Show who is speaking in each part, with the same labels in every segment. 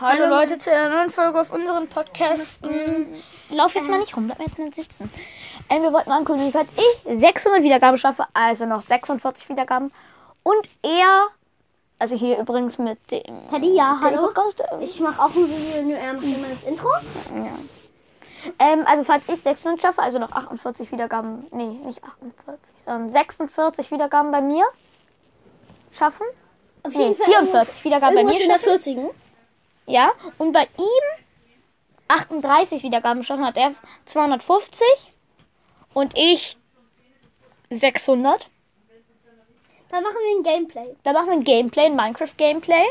Speaker 1: Hallo Leute zu einer neuen Folge auf unseren Podcasten.
Speaker 2: Mhm. Lauf jetzt mal nicht rum, bleib jetzt mal sitzen. Ähm, wir wollten mal angucken, wie weit ich 600 Wiedergaben schaffe, also noch 46 Wiedergaben. Und er, also hier übrigens mit dem.
Speaker 3: Teddy, ja,
Speaker 2: mit dem
Speaker 3: hallo.
Speaker 2: Podcast, ähm,
Speaker 3: Genau. Ich mache auch ein Video, nur er macht immer das Intro.
Speaker 2: Ähm, also falls ich 600 schaffe, also noch 48 Wiedergaben, nee, nicht 48, sondern 46 Wiedergaben bei mir schaffen.
Speaker 3: Auf
Speaker 2: Nee,
Speaker 3: jeden Fall irgendwo-
Speaker 2: 44 Wiedergaben bei
Speaker 3: Irgendwas
Speaker 2: mir
Speaker 3: in der
Speaker 2: schaffen.
Speaker 3: 40.
Speaker 2: Ja, und bei ihm 38 Wiedergaben schon hat er 250 und ich 600.
Speaker 3: Dann machen wir ein Gameplay.
Speaker 2: Da machen wir ein Gameplay, ein Minecraft-Gameplay.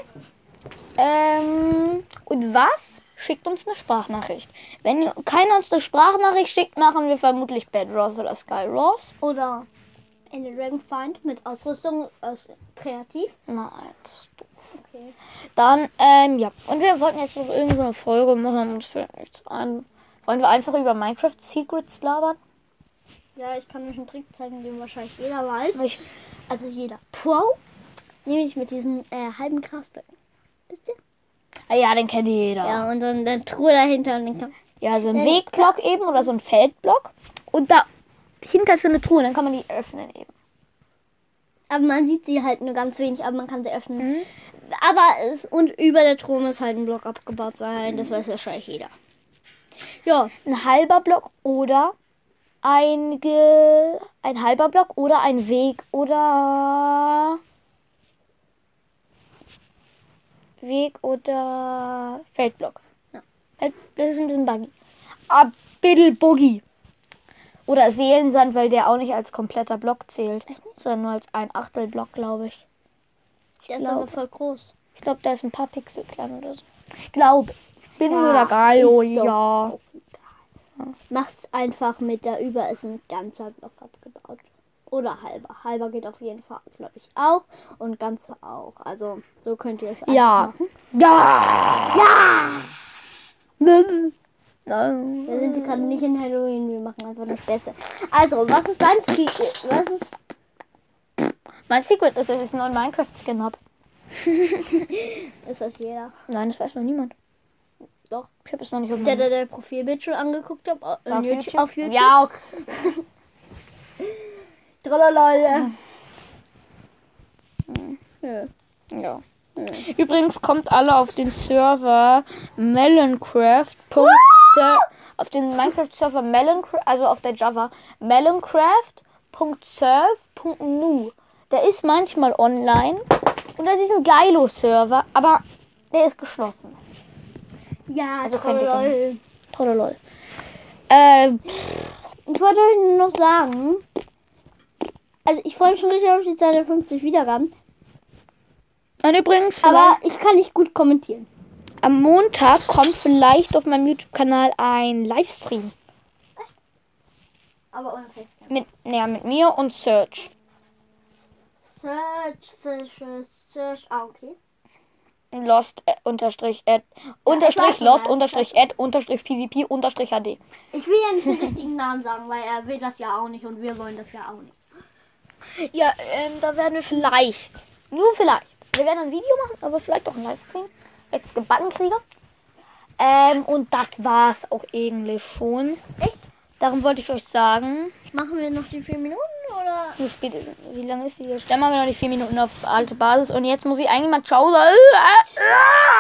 Speaker 2: Ähm, und was? Schickt uns eine Sprachnachricht. Wenn keiner uns eine Sprachnachricht schickt, machen wir vermutlich Bad Rose oder Sky Rose.
Speaker 3: Oder eine Dragonfind mit Ausrüstung aus Kreativ.
Speaker 2: Nein, das ist doof.
Speaker 3: Okay.
Speaker 2: Dann, ähm, ja. Und wir wollten jetzt noch irgendeine Folge machen. Uns fällt nichts ein. Wollen wir einfach über Minecraft-Secrets labern?
Speaker 3: Ja, ich kann euch einen Trick zeigen, den wahrscheinlich jeder weiß.
Speaker 2: Ich,
Speaker 3: Also jeder Pro. Nämlich mit diesen äh, halben Grasböcken. Wisst ihr?
Speaker 2: ah ja, den kennt jeder.
Speaker 3: Ja, und dann eine Truhe dahinter und dann kann
Speaker 2: Ja, so ein Wegblock eben oder so ein Feldblock. Und da hinter ist so eine Truhe, dann kann man die öffnen eben.
Speaker 3: Aber man sieht sie halt nur ganz wenig, aber man kann sie öffnen. Aber es, und über der Truhe muss halt ein Block abgebaut sein, das weiß wahrscheinlich jeder. Ja,
Speaker 2: Ein halber Block oder ein, ge ein halber Block oder ein Weg oder Weg oder Feldblock.
Speaker 3: Ja.
Speaker 2: Feld- Das ist ein bisschen buggy. A bisschen buggy. Oder Seelensand, weil der auch nicht als kompletter Block zählt. Sondern nur als ein Achtelblock, glaube ich.
Speaker 3: der ist
Speaker 2: glaub-
Speaker 3: aber voll groß.
Speaker 2: Ich glaube, da ist ein paar Pixel klein oder so. Glaube. Bin
Speaker 3: Ja,
Speaker 2: oder geil, oh
Speaker 3: ist doch-
Speaker 2: ja.
Speaker 3: Mach's einfach mit, da über ist ein ganzer Block abgebaut. Oder halber. Halber geht auf jeden Fall, glaube ich, auch. Und ganzer auch. Also so könnt ihr es einfach
Speaker 2: Ja.
Speaker 3: machen.
Speaker 2: Ja.
Speaker 3: Mhm. Ja!
Speaker 2: Nimm. Nein.
Speaker 3: Wir sind gerade nicht in Halloween, wir machen einfach das Beste. Also, was ist dein Secret? Was ist.
Speaker 2: Mein Secret ist, dass ich einen neuen Minecraft-Skin habe.
Speaker 3: Ist das jeder?
Speaker 2: Nein, das weiß noch niemand.
Speaker 3: Doch.
Speaker 2: Ich habe es noch nicht auf
Speaker 3: Der,
Speaker 2: meinem-
Speaker 3: der, der Profilbild schon angeguckt hat
Speaker 2: auf
Speaker 3: auf, YouTube,
Speaker 2: YouTube.
Speaker 3: auf YouTube.
Speaker 2: Ja, okay.
Speaker 3: Tralala. Ja.
Speaker 2: ja. Übrigens kommt alle auf den Server Meloncraft. Ser- auf den Minecraft-Server Meloncraft, also auf der Java Meloncraft.serve.nu. Der ist manchmal online und das ist ein Geilo-Server, aber der ist geschlossen.
Speaker 3: Ja,
Speaker 2: Also
Speaker 3: also
Speaker 2: könnt ihr
Speaker 3: toll.
Speaker 2: Tolle Leute. Ähm,
Speaker 3: Ich wollte euch nur noch sagen, also ich freue mich schon richtig auf die 250 Wiedergaben,
Speaker 2: und übrigens,
Speaker 3: aber
Speaker 2: vielleicht-
Speaker 3: ich kann nicht gut kommentieren.
Speaker 2: am Montag kommt vielleicht auf meinem YouTube-Kanal ein Livestream.
Speaker 3: Aber ohne Facecam.
Speaker 2: Mit, naja, mit mir und Serge.
Speaker 3: Search, search, search, search. Ah, okay.
Speaker 2: Lost äh, unterstrich ad unterstrich
Speaker 3: weiß schon,
Speaker 2: lost
Speaker 3: ja.
Speaker 2: unterstrich ad unterstrich pvp unterstrich hd.
Speaker 3: Ich will ja nicht den richtigen Namen sagen, weil er will das ja auch nicht und wir wollen das ja auch nicht.
Speaker 2: Ja, ähm, da werden wir vielleicht, nur vielleicht, wir werden ein Video machen, aber vielleicht auch ein Livestream, jetzt gebacken kriege. Ähm, und das war's auch eigentlich schon.
Speaker 3: Echt?
Speaker 2: Darum wollte ich euch sagen.
Speaker 3: Machen wir noch die 4 Minuten oder?
Speaker 2: Wie, spät ist, wie Äh, lange ist die hier? Stellen wir noch die vier Minuten auf alte Basis und jetzt muss ich eigentlich mal Ciao sagen.